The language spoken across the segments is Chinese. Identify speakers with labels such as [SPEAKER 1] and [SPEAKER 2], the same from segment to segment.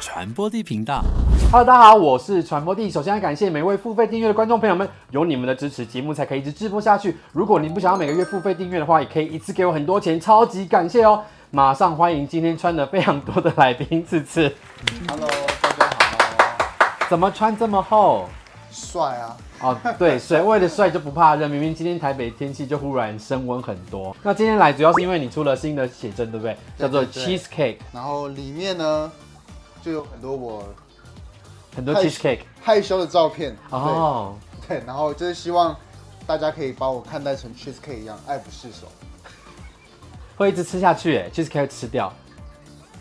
[SPEAKER 1] 传播地频道。
[SPEAKER 2] Hello，大家好，我是传播帝。首先要感谢每位付费订阅的观众朋友们，有你们的支持，节目才可以一直直播下去。如果您不想要每个月付费订阅的话，也可以一次给我很多钱，超级感谢哦！马上欢迎今天穿的非常多的来宾次次，
[SPEAKER 3] Hello，大家好，
[SPEAKER 2] 怎么穿这么厚？
[SPEAKER 3] 帅啊！
[SPEAKER 2] 哦，对，水位的帅就不怕热。明明今天台北天气就忽然升温很多，那今天来主要是因为你出了新的写真，对不对？叫做
[SPEAKER 3] 对对
[SPEAKER 2] cheesecake，
[SPEAKER 3] 然后里面呢就有很多我
[SPEAKER 2] 很多
[SPEAKER 3] 太
[SPEAKER 2] cheesecake
[SPEAKER 3] 害羞的照片，
[SPEAKER 2] 哦。
[SPEAKER 3] 对对，然后就是希望大家可以把我看待成 cheesecake 一样，爱不释手。
[SPEAKER 2] 会一直吃下去，哎，cheesecake 吃掉。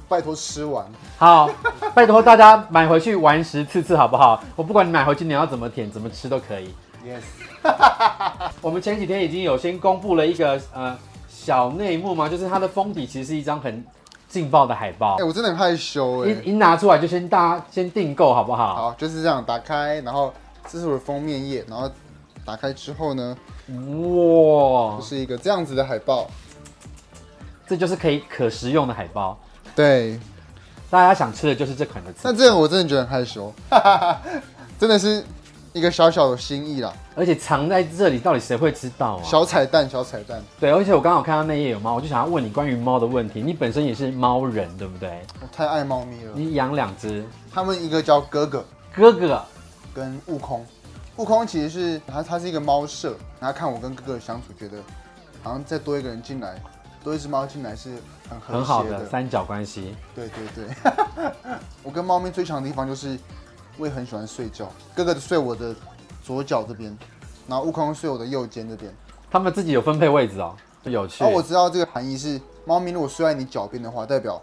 [SPEAKER 3] 拜托吃完，
[SPEAKER 2] 好， 拜托大家买回去玩十次次好不好？我不管你买回去你要怎么舔怎么吃都可以。
[SPEAKER 3] yes，
[SPEAKER 2] 我们前几天已经有先公布了一个呃小内幕嘛，就是它的封底其实是一张很劲爆的海报
[SPEAKER 3] 哎、，我真的很害羞哎、
[SPEAKER 2] 一一拿出来就先大家先订购好不好？
[SPEAKER 3] 好，就是这样，打开，然后这是我的封面页，然后打开之后呢，
[SPEAKER 2] 哇
[SPEAKER 3] 就，是一个这样子的海报，
[SPEAKER 2] 这就是可以可食用的海报。
[SPEAKER 3] 对，
[SPEAKER 2] 大家想吃的就是这款的
[SPEAKER 3] 那
[SPEAKER 2] 刺，
[SPEAKER 3] 这个我真的觉得很害羞， 真的是一个小小的心意啦，
[SPEAKER 2] 而且藏在这里，到底谁会知道啊？
[SPEAKER 3] 小彩蛋，小彩蛋。
[SPEAKER 2] 对，而且我刚好看到那页有猫，我就想要问你关于猫的问题。你本身也是猫人，对不对？
[SPEAKER 3] 我太爱猫咪了。
[SPEAKER 2] 你养两只，
[SPEAKER 3] 他们一个叫哥哥
[SPEAKER 2] 哥哥
[SPEAKER 3] 跟悟空，悟空其实是他他是一个猫舍，然后看我跟哥哥相处，觉得好像再多一个人进来，多一只猫进来是很和谐
[SPEAKER 2] 很好的三角关系。
[SPEAKER 3] 对对 对，我跟猫咪最强的地方就是我也很喜欢睡觉，哥哥睡我的左脚这边，然后悟空睡我的右肩这边。
[SPEAKER 2] 他们自己有分配位置哦，就有趣
[SPEAKER 3] 然后我知道这个含义是，猫咪如果睡在你脚边的话，代表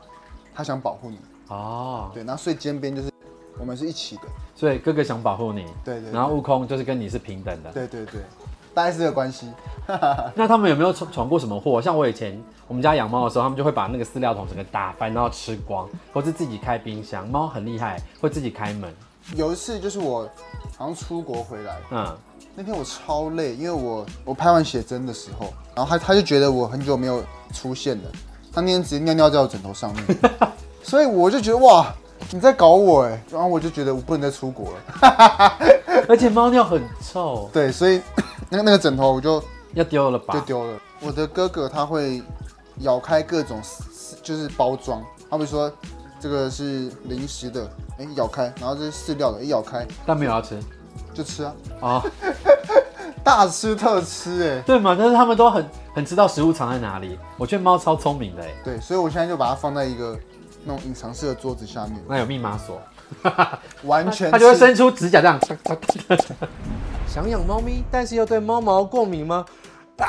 [SPEAKER 3] 它想保护你。
[SPEAKER 2] 哦。
[SPEAKER 3] 对，然后睡肩边就是我们是一起的。
[SPEAKER 2] 所以哥哥想保护你，
[SPEAKER 3] 对对对
[SPEAKER 2] 然后悟空就是跟你是平等的。
[SPEAKER 3] 对对对，大概是这个关系。
[SPEAKER 2] 那他们有没有闯闯过什么祸？像我以前我们家养猫的时候，他们就会把那个饲料桶整个打翻，然后吃光，或是自己开冰箱。猫很厉害，会自己开门。
[SPEAKER 3] 有一次就是我好像出国回来，
[SPEAKER 2] 嗯，
[SPEAKER 3] 那天我超累，因为我我拍完写真的时候，然后他他就觉得我很久没有出现了，他那天直接尿尿在我枕头上面，所以我就觉得哇，你在搞我哎，然后我就觉得我不能再出国了，
[SPEAKER 2] 而且猫尿很臭，
[SPEAKER 3] 对，所以 那个那个枕头我就
[SPEAKER 2] 要丢了吧
[SPEAKER 3] 就？丢了。我的哥哥他会咬开各种撕撕就是包装，好比说这个是零食的，哎、咬开，然后这是饲料的，哎一咬开
[SPEAKER 2] 但没有要吃
[SPEAKER 3] 就吃啊，
[SPEAKER 2] 哦，
[SPEAKER 3] 大吃特吃哎、
[SPEAKER 2] 对嘛？但是他们都很很知道食物藏在哪里。我觉得猫超聪明的哎，
[SPEAKER 3] 对，所以我现在就把它放在一个那种隐藏式的桌子下面，
[SPEAKER 2] 那有密码锁，
[SPEAKER 3] 完全
[SPEAKER 2] 嗯它就会
[SPEAKER 3] 是
[SPEAKER 2] 伸出指甲这样。 想养猫咪，但是又对猫毛过敏吗？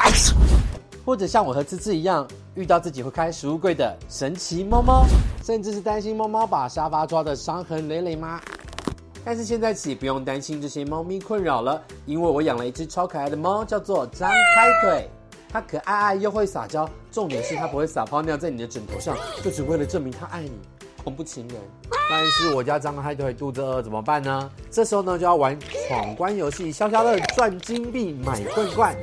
[SPEAKER 2] 或者像我和芝芝一样，遇到自己会开食物柜的神奇猫猫，甚至是担心猫猫把沙发抓的伤痕累累吗？但是现在起不用担心这些猫咪困扰了，因为我养了一只超可爱的猫，叫做张开腿。它可爱爱又会撒娇，重点是它不会撒泡尿在你的枕头上，就只为了证明它爱你。恐怖情人。但是我家张开腿肚子饿怎么办呢？这时候呢就要玩闯关游戏，消消乐赚金币买罐罐，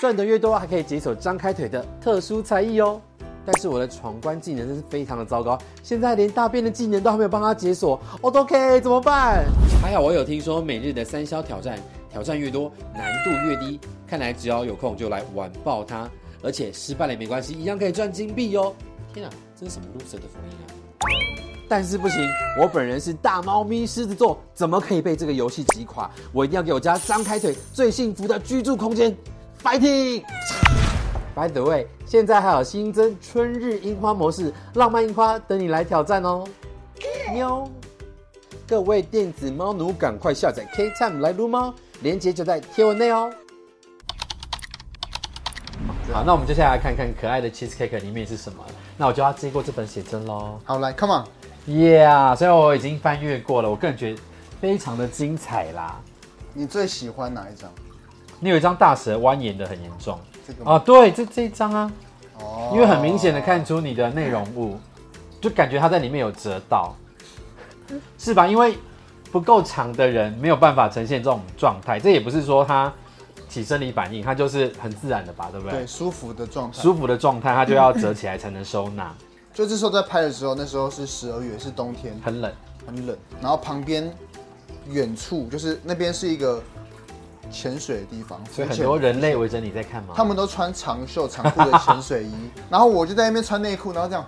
[SPEAKER 2] 赚的越多还可以解锁张开腿的特殊才艺哦。但是我的闯关技能真是非常的糟糕，现在连大便的技能都还没有帮他解锁哦 o k 怎么办？还好我有听说每日的三消挑战，挑战越多难度越低，看来只要有空就来玩爆它，而且失败了也没关系，一样可以赚金币哟、天啊，这是什么 loser 的福音啊！但是不行，我本人是大猫咪狮子座，怎么可以被这个游戏击垮？我一定要给我家张开腿最幸福的居住空间，fighting！By the way，现在还有新增春日樱花模式，浪漫樱花等你来挑战哦。喵！各位电子猫奴，赶快下载 K Time 来撸猫，链接就在贴文内哦。好，那我们接下来看看可爱的 cheesecake 里面是什么。那我就要接过这本写真喽。
[SPEAKER 3] 好来，come on，
[SPEAKER 2] Yeah，所以我已经翻阅过了，我个人觉得非常的精彩啦。
[SPEAKER 3] 你最喜欢哪一张？
[SPEAKER 2] 你有一张大蛇蜿蜒的很严重
[SPEAKER 3] 这个吗？
[SPEAKER 2] 啊，对，这这一张啊，
[SPEAKER 3] 哦
[SPEAKER 2] 因为很明显的看出你的内容物，就感觉它在里面有折到，是吧？因为不够长的人没有办法呈现这种状态，这也不是说他起生理反应，他就是很自然的吧，对不对？
[SPEAKER 3] 对舒服的状态。
[SPEAKER 2] 舒服的状态，它就要折起来才能收纳，
[SPEAKER 3] 就这时候在拍的时候，那时候是十二月，是冬天，
[SPEAKER 2] 很冷，
[SPEAKER 3] 很冷。然后旁边远处就是那边是一个潜水的地方，
[SPEAKER 2] 所以
[SPEAKER 3] 浮
[SPEAKER 2] 很
[SPEAKER 3] 潜
[SPEAKER 2] 多人类围着你在看吗？
[SPEAKER 3] 他们都穿长袖长裤的潜水衣， 然后我就在那边穿内裤，然后这样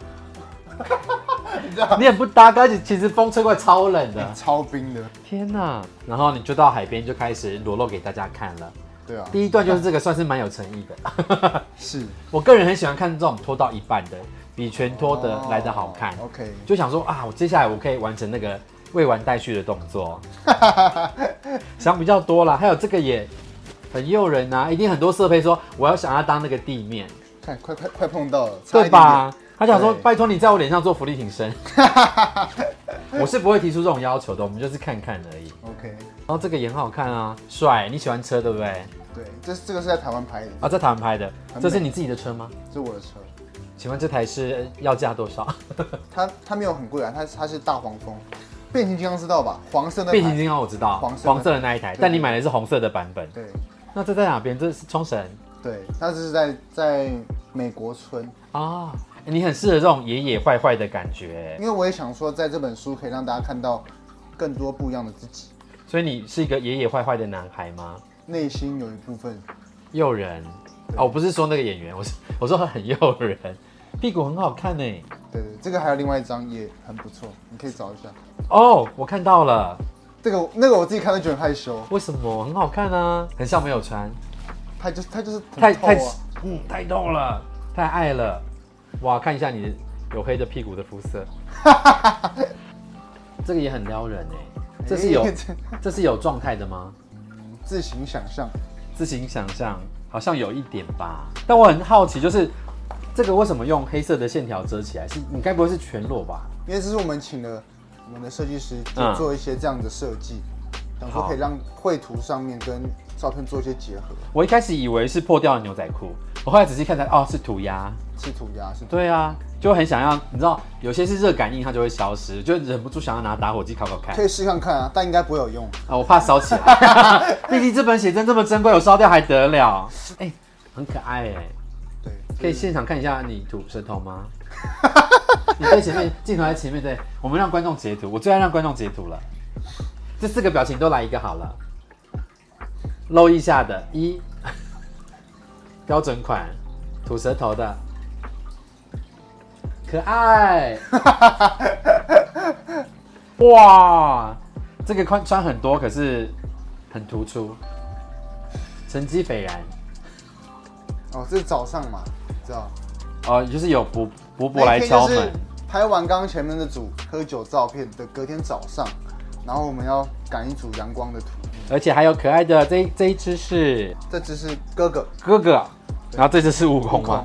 [SPEAKER 2] 你也不搭嘎，而且其实风吹过来超冷的。
[SPEAKER 3] 超冰的，
[SPEAKER 2] 天呐！然后你就到海边就开始裸露给大家看了。
[SPEAKER 3] 对啊，
[SPEAKER 2] 第一段 就是这个，算是蛮有诚意的。啊
[SPEAKER 3] 是
[SPEAKER 2] 我个人很喜欢看这种拖到一半的，比全拖的
[SPEAKER 3] 哦
[SPEAKER 2] 来的好看。
[SPEAKER 3] OK，
[SPEAKER 2] 就想说啊，我接下来我可以完成那个未完待续的动 作，想比较多啦。还有这个也很诱人啊，一定很多色胚说我要想要当那个地面，
[SPEAKER 3] 看快快快碰到了，差
[SPEAKER 2] 对
[SPEAKER 3] 一点点？
[SPEAKER 2] 吧？他想说
[SPEAKER 3] 对
[SPEAKER 2] 拜托你在我脸上做浮力挺 身，我是不会提出这种要求的，我们就是看看而已。
[SPEAKER 3] OK，
[SPEAKER 2] 然后这个也很好看啊，帅！你喜欢车对不对？
[SPEAKER 3] 对，这这个是在台湾拍的，
[SPEAKER 2] 啊，在台湾拍的，
[SPEAKER 3] 美
[SPEAKER 2] 这是你自己的车吗？
[SPEAKER 3] 这是我的车，
[SPEAKER 2] 请问这台是要价多 少？
[SPEAKER 3] 它它没有很贵啊，它它是大黄蜂，变形金刚知道吧？黄色那
[SPEAKER 2] 变形
[SPEAKER 3] 台，
[SPEAKER 2] 金刚我知道，
[SPEAKER 3] 黄色的
[SPEAKER 2] 黄色的那一台，
[SPEAKER 3] 对
[SPEAKER 2] 但你买的是红色的版本。
[SPEAKER 3] 对
[SPEAKER 2] 那这在哪边？这是冲绳
[SPEAKER 3] 对，它这是在在美国村，
[SPEAKER 2] 啊、欸你很适合这种爷爷坏坏的感觉，
[SPEAKER 3] 因为我也想说，在这本书可以让大家看到更多不一样的自己，
[SPEAKER 2] 所以你是一个爷爷坏坏的男孩吗？
[SPEAKER 3] 内心有一部分
[SPEAKER 2] 诱人哦，我不是说那个演员，我是我说很诱人，屁股很好看欸呢。
[SPEAKER 3] 对对，这个还有另外一张也很不错，你可以找一下。
[SPEAKER 2] 哦，我看到了，
[SPEAKER 3] 这个那个我自己看都觉得很害羞，
[SPEAKER 2] 为什么很好看啊？很像没有穿，
[SPEAKER 3] 它就它就是很
[SPEAKER 2] 太
[SPEAKER 3] 透
[SPEAKER 2] 太
[SPEAKER 3] 啊，
[SPEAKER 2] 嗯太痛了，太爱了。哇，看一下你黝黑的屁股的肤色， 这个也很撩人哎。 这是有
[SPEAKER 3] 哎这
[SPEAKER 2] 这是有状态的吗？
[SPEAKER 3] 自行想象。
[SPEAKER 2] 自行想象，好像有一点吧。但我很好奇，就是这个为什么用黑色的线条遮起来？是你该不会是全裸吧？
[SPEAKER 3] 因为这是我们请了我们的设计师
[SPEAKER 2] 嗯
[SPEAKER 3] 就做一些这样的设计，想说
[SPEAKER 2] 好
[SPEAKER 3] 可以让绘图上面跟照片做一些结合，
[SPEAKER 2] 我一开始以为是破掉的牛仔裤，我后来仔细看才哦是涂鸦。
[SPEAKER 3] 是涂鸦是。
[SPEAKER 2] 对啊，就很想要，你知道有些是热感应它就会消失，就忍不住想要拿打火机烤烤看
[SPEAKER 3] 可以试看看啊，但应该不会有用。
[SPEAKER 2] 啊，我怕烧起来。 毕竟这本写真这么珍贵，我烧掉还得了？哎、很可爱哎、
[SPEAKER 3] 对，
[SPEAKER 2] 可以现场看一下你吐舌头 吗？你在前面，镜头在前面，对，我们让观众截图，我最爱让观众截图了。这四个表情都来一个好了，露一下的，一 标准款吐舌头的，可 爱，哇，这个穿穿很多，可是很突出，成绩斐然。
[SPEAKER 3] 哦，这是早上嘛，知道？
[SPEAKER 2] 哦，就是有伯伯伯来敲
[SPEAKER 3] 那
[SPEAKER 2] 门
[SPEAKER 3] 一天就是，拍完刚刚前面的组喝酒照片的隔天早上，然后我们要赶一组阳光的图。
[SPEAKER 2] 而且还有可爱的这一这一只是
[SPEAKER 3] 这只是哥哥，
[SPEAKER 2] 哥哥，然后这只是悟空
[SPEAKER 3] 空
[SPEAKER 2] 吗？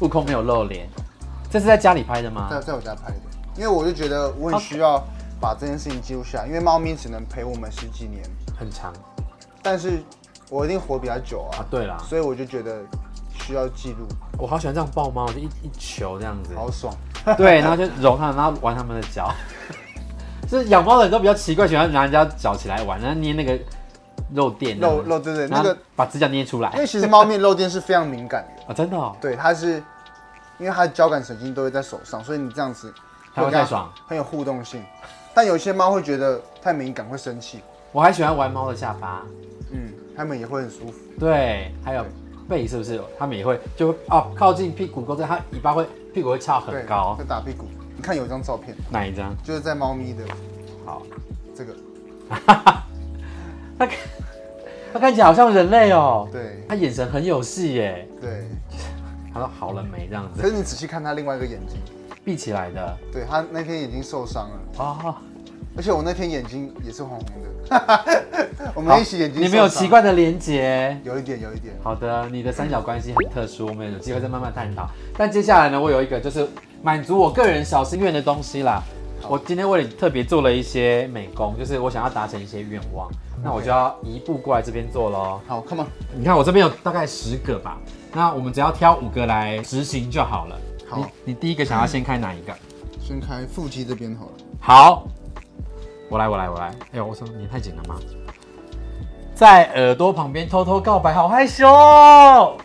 [SPEAKER 2] 悟空没有露脸，这是在家里拍的吗
[SPEAKER 3] 在？在我家拍的，因为我就觉得我很需要把这件事情记录下来，因为猫咪只能陪我们十几年，
[SPEAKER 2] 很长
[SPEAKER 3] 但是我一定活比较久
[SPEAKER 2] 啊
[SPEAKER 3] 啊，，
[SPEAKER 2] 对啦，
[SPEAKER 3] 所以我就觉得需要记录，
[SPEAKER 2] 我好喜欢这样抱猫，就一一球这样子，
[SPEAKER 3] 好爽。
[SPEAKER 2] 对，然后就揉它们，然后玩它们的脚。 就是养猫的人都比较奇怪，喜欢拿人家脚起来玩，然后捏那个肉垫，
[SPEAKER 3] 肉肉对对
[SPEAKER 2] 然后
[SPEAKER 3] 那个
[SPEAKER 2] 把指甲捏出来
[SPEAKER 3] 因为其实猫咪的肉垫是非常敏感的，
[SPEAKER 2] 啊，真的哦，
[SPEAKER 3] 对，它是因为它的交感神经都会在手上，所以你这样子
[SPEAKER 2] 它会
[SPEAKER 3] 跟
[SPEAKER 2] 太爽，
[SPEAKER 3] 很有互动性。但有些猫会觉得太敏感会生气，
[SPEAKER 2] 我还喜欢玩猫的下巴。
[SPEAKER 3] 嗯，它们也会很舒服。
[SPEAKER 2] 对，还有
[SPEAKER 3] 对
[SPEAKER 2] 背是不是？他们也会就会哦，靠近屁股沟这，它尾巴会屁股会翘
[SPEAKER 3] 对
[SPEAKER 2] 很高
[SPEAKER 3] 会。打屁股。你看有一张照片，
[SPEAKER 2] 哪一张？
[SPEAKER 3] 就是在猫咪的
[SPEAKER 2] 好，
[SPEAKER 3] 这个，
[SPEAKER 2] 它看它看起来好像人类哦，
[SPEAKER 3] 对
[SPEAKER 2] 它眼神很有戏耶。
[SPEAKER 3] 对。
[SPEAKER 2] 它说好了没这样
[SPEAKER 3] 可
[SPEAKER 2] 子，
[SPEAKER 3] 是你仔细看它另外一个眼睛，
[SPEAKER 2] 闭起来的
[SPEAKER 3] 对它那天眼睛受伤了，
[SPEAKER 2] 哦。
[SPEAKER 3] 而且我那天眼睛也是红红的。 我们一起眼睛
[SPEAKER 2] 你们有
[SPEAKER 3] 受伤
[SPEAKER 2] 奇，怪的连结。
[SPEAKER 3] 有一点有一点。
[SPEAKER 2] 好的，你的三角关系很特殊，我们有机会再慢慢探讨。但接下来呢，我有一个就是满足我个人小心愿的东西啦。我今天为你特别做了一些美工，就是我想要达成一些愿望，那我就要移步过来这边做喽。
[SPEAKER 3] 好，come on，
[SPEAKER 2] 你看我这边有大概十个吧，那我们只要挑五个来执行就好了。
[SPEAKER 3] 好
[SPEAKER 2] 你你第一个想要先开哪一个？
[SPEAKER 3] 先开腹肌这边好了。
[SPEAKER 2] 好，我来，我来，我来。哎呦，我说你太紧了吗？在耳朵旁边偷偷告白，好害羞哦，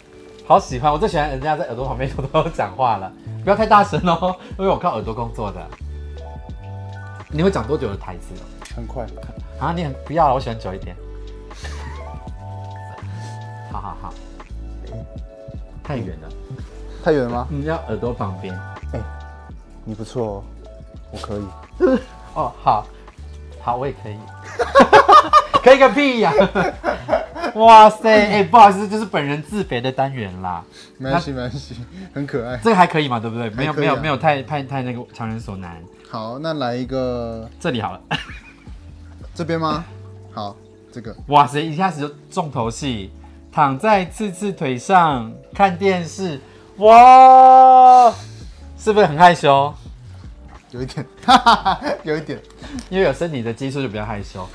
[SPEAKER 2] 好喜欢，我最喜欢人家在耳朵旁边偷偷讲话了，不要太大声哦，因为我靠耳朵工作的。你会讲多久的台词哦？
[SPEAKER 3] 很快。
[SPEAKER 2] 啊，你很不要了，我喜欢久一点。 好好好，太远了，嗯
[SPEAKER 3] 太远了吗？
[SPEAKER 2] 你要耳朵旁边。
[SPEAKER 3] 你不错哦，我可以。
[SPEAKER 2] 哦，好，好，我也可以， 可以个屁 呀、哇塞，哎、不好意思，这就是本人自肥的单元啦。
[SPEAKER 3] 没关系，没关系，很可爱。
[SPEAKER 2] 这个还可以嘛，对不对？没有、
[SPEAKER 3] 还可
[SPEAKER 2] 没
[SPEAKER 3] 以啊
[SPEAKER 2] 有没有太太太那个强人所难。
[SPEAKER 3] 好，那来一个
[SPEAKER 2] 这里好了，
[SPEAKER 3] 这边吗？好，这个
[SPEAKER 2] 哇塞，一下子就重头戏，躺在刺刺腿上看电视，哇，是不是很害羞？
[SPEAKER 3] 有一点， 哈哈哈，有一点。
[SPEAKER 2] 因为有身体的接触就比较害羞。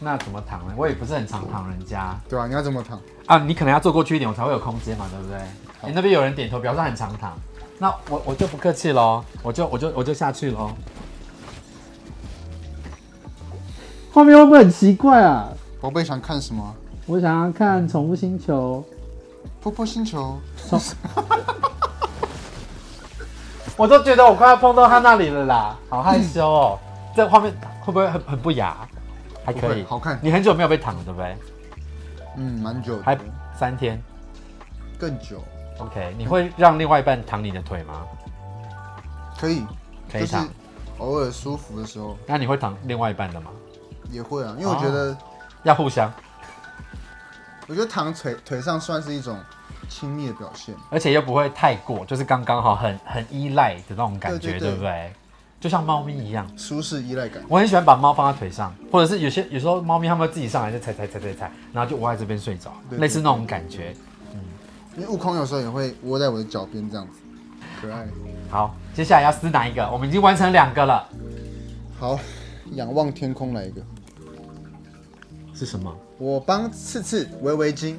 [SPEAKER 2] 那怎么躺呢？我也不是很常躺人家
[SPEAKER 3] 对啊，你要怎么躺？
[SPEAKER 2] 啊，你可能要坐过去一点，我才会有空间嘛，对不对？你、那边有人点头，表示他很常躺。那我我就不客气喽，我就我就我就下去喽。画面会不会很奇怪啊？
[SPEAKER 3] 宝贝想看什么？啊
[SPEAKER 2] 我想要看《宠物星球
[SPEAKER 3] 波波星球。》，
[SPEAKER 2] 我都觉得我快要碰到他那里了啦，好害羞哦。这画面会不会很很不雅？还
[SPEAKER 3] 不
[SPEAKER 2] 可以
[SPEAKER 3] 会，好看
[SPEAKER 2] 你很久没有被躺了，对不对？
[SPEAKER 3] 嗯，蛮久的，
[SPEAKER 2] 还三天。
[SPEAKER 3] 更久，
[SPEAKER 2] OK，你会让另外一半躺你的腿吗？
[SPEAKER 3] 可以，
[SPEAKER 2] 可
[SPEAKER 3] 就
[SPEAKER 2] 以
[SPEAKER 3] 是
[SPEAKER 2] 躺。
[SPEAKER 3] 偶尔舒服的时候
[SPEAKER 2] 那你会躺另外一半的吗？
[SPEAKER 3] 也会啊，因为我觉得，
[SPEAKER 2] 要互相，
[SPEAKER 3] 我觉得躺腿腿上算是一种亲密的表现。
[SPEAKER 2] 而且又不会太过，就是刚刚好，很很依赖的那种感觉，
[SPEAKER 3] 对对对
[SPEAKER 2] 不对？就像猫咪一样，
[SPEAKER 3] 舒适依赖感，
[SPEAKER 2] 我很喜欢把猫放在腿上，或者是有些有时候猫咪它们会自己上来就踩踩踩踩踩，然后就窝在这边睡着，
[SPEAKER 3] 对对
[SPEAKER 2] 类似那种感觉。
[SPEAKER 3] 因为悟空有时候也会窝在我的脚边这样子，可爱。
[SPEAKER 2] 好，接下来要撕哪一个？我们已经完成两个了，
[SPEAKER 3] 好，仰望天空来一个，
[SPEAKER 2] 是什么？
[SPEAKER 3] 我帮次次围围巾，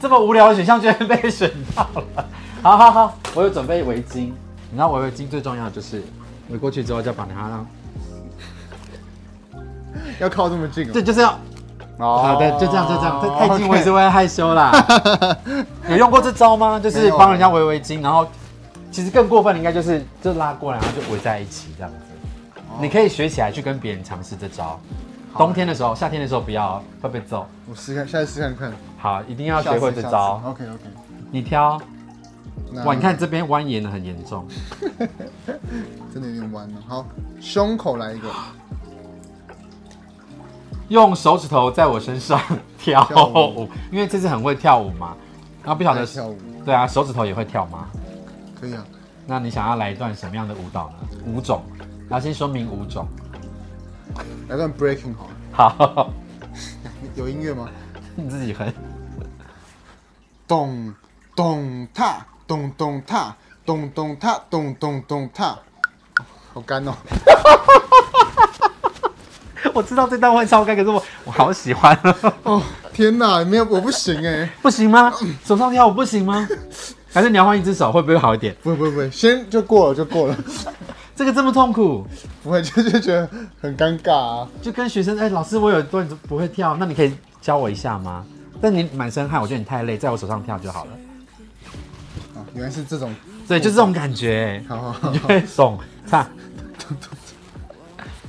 [SPEAKER 2] 这么无聊的选项居然被选到了。 好好好，我有准备围巾。你知道围围巾最重要的就是围过去之后就要把它让，
[SPEAKER 3] 要靠这么近哦
[SPEAKER 2] 这。就是要
[SPEAKER 3] 哦
[SPEAKER 2] 好的，就这样，就这样，太太近我也是
[SPEAKER 3] OK
[SPEAKER 2] 会害羞啦。 有用过这招吗？就是帮人
[SPEAKER 3] 哎
[SPEAKER 2] 家围围巾，然后其实更过分的应该就是就拉过来，然后就围在一起这样子。
[SPEAKER 3] 哦
[SPEAKER 2] 你可以学起来去跟别人尝试这招。冬天的时候，夏天的时候不要会被揍。
[SPEAKER 3] 我试看，下次试看看。
[SPEAKER 2] 好，一定要学会这招。
[SPEAKER 3] OK OK。
[SPEAKER 2] 你挑，
[SPEAKER 3] 那
[SPEAKER 2] 哇，你看这边蜿蜒的很严重。
[SPEAKER 3] 真的有点弯了。好，胸口来一个，
[SPEAKER 2] 用手指头在我身上 跳
[SPEAKER 3] 跳
[SPEAKER 2] 舞
[SPEAKER 3] 舞，
[SPEAKER 2] 因为这次很会跳舞嘛。然后不晓得
[SPEAKER 3] 来，跳舞
[SPEAKER 2] 对啊，手指头也会跳吗？
[SPEAKER 3] 可以啊。
[SPEAKER 2] 那你想要来一段什么样的舞蹈呢？五种，然后先说明五种。
[SPEAKER 3] 来段 breaking 好了，
[SPEAKER 2] 好，
[SPEAKER 3] 有音乐吗？
[SPEAKER 2] 你自己哼。
[SPEAKER 3] 咚咚踏，咚咚踏，咚咚踏，咚咚咚踏。好干哦，
[SPEAKER 2] 我知道这段会超干，可是我我好喜欢。
[SPEAKER 3] 哦天哪，没有我不行哎，
[SPEAKER 2] 不行吗？手上跳舞不行吗？还是你要换一只手，会不会好一点？
[SPEAKER 3] 不不不，先就过了就过了，
[SPEAKER 2] 这个这么痛苦，
[SPEAKER 3] 不会就就觉得很尴尬啊。
[SPEAKER 2] 就跟学生哎、老师，我有段不会跳，那你可以教我一下吗？但你满身汗，我觉得你太累，在我手上跳就好了。
[SPEAKER 3] 啊原来是这种，
[SPEAKER 2] 对，就这种感觉，
[SPEAKER 3] 好好好
[SPEAKER 2] 你就会 懂，差，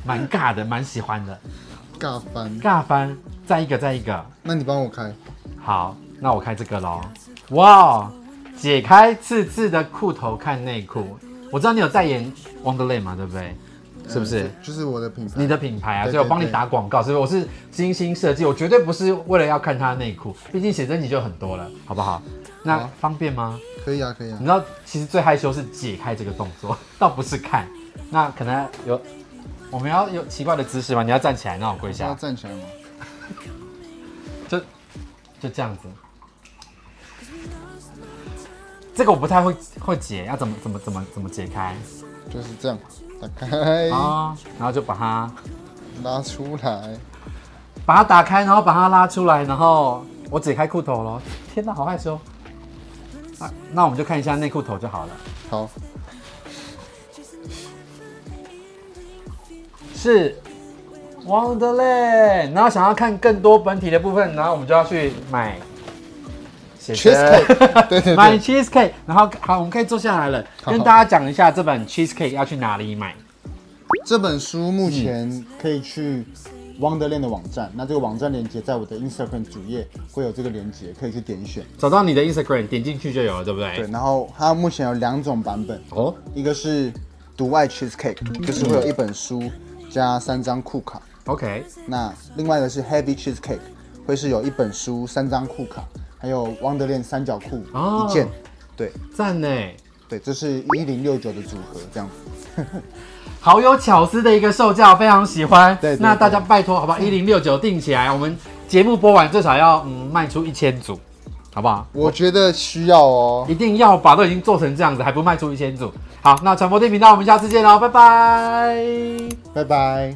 [SPEAKER 2] 蛮尬的，蛮喜欢的，
[SPEAKER 3] 尬翻。
[SPEAKER 2] 尬翻，再一个，再一个。
[SPEAKER 3] 那你帮我开，
[SPEAKER 2] 好，那我开这个喽。哇，解开次次的裤头看内裤。我知道你有代言 Wonderland 嘛，对不对？是不是
[SPEAKER 3] 呃？就就是我的品牌？
[SPEAKER 2] 你的品牌啊，
[SPEAKER 3] 对
[SPEAKER 2] 所以我
[SPEAKER 3] 对
[SPEAKER 2] 帮你
[SPEAKER 3] 对
[SPEAKER 2] 打广告，所以我是精心设计，我绝对不是为了要看他的内裤，毕竟写真集就很多了，好不好？那
[SPEAKER 3] 好啊
[SPEAKER 2] 方便吗？
[SPEAKER 3] 可以啊，可以啊
[SPEAKER 2] 你。知道，其实最害羞是解开这个动作， 倒不是看。那可能有，我们要有奇怪的姿势吗？你要站起来，那我跪
[SPEAKER 3] 要
[SPEAKER 2] 下，
[SPEAKER 3] 站起来吗？
[SPEAKER 2] 就就这样子。这个我不太会会解，要怎么怎么怎么怎么解开
[SPEAKER 3] 就是这样，打开，
[SPEAKER 2] 啊？然后就把它
[SPEAKER 3] 拉出来。
[SPEAKER 2] 把它打开，然后把它拉出来，然后我解开裤头了。天哪，好害羞。啊、那我们就看一下内裤头就好了，
[SPEAKER 3] 好，
[SPEAKER 2] 是 Wonderland。然后想要看更多本体的部分，然后我们就要去买写真
[SPEAKER 3] Cheesecake，对对对
[SPEAKER 2] 买 cheesecake。然后好，我们可以坐下来了，
[SPEAKER 3] 好
[SPEAKER 2] 跟大家讲一下这本 cheesecake 要去哪里买。
[SPEAKER 3] 这本书目前可以去 Wonderland 的网站，那这个网站连接在我的 Instagram 主页会有这个连接，可以去点选。
[SPEAKER 2] 找到你的 Instagram，点进去就有了，对不对？
[SPEAKER 3] 对，。然后它目前有两种版本，
[SPEAKER 2] 哦，
[SPEAKER 3] 一个是独爱 Cheesecake，就是会有一本书加三张库卡。
[SPEAKER 2] OK，
[SPEAKER 3] 那另外一个是 Heavy Cheesecake，会是有一本书、三张库卡，还有 Wonderland 三角裤、
[SPEAKER 2] 哦
[SPEAKER 3] 一件。对
[SPEAKER 2] 赞呢，
[SPEAKER 3] 对，这是一零六九的组合，这样子。
[SPEAKER 2] 好有巧思的一个售价，非常喜欢。
[SPEAKER 3] 对对对
[SPEAKER 2] 那大家拜托好不好？一零六九定起来，我们节目播完最少要嗯卖出一千组，好不好？
[SPEAKER 3] 我觉得需要哦。
[SPEAKER 2] 一定要把都已经做成这样子，还不卖出一千组。好，那传播电频道，我们下次见喽，拜拜。
[SPEAKER 3] 拜拜。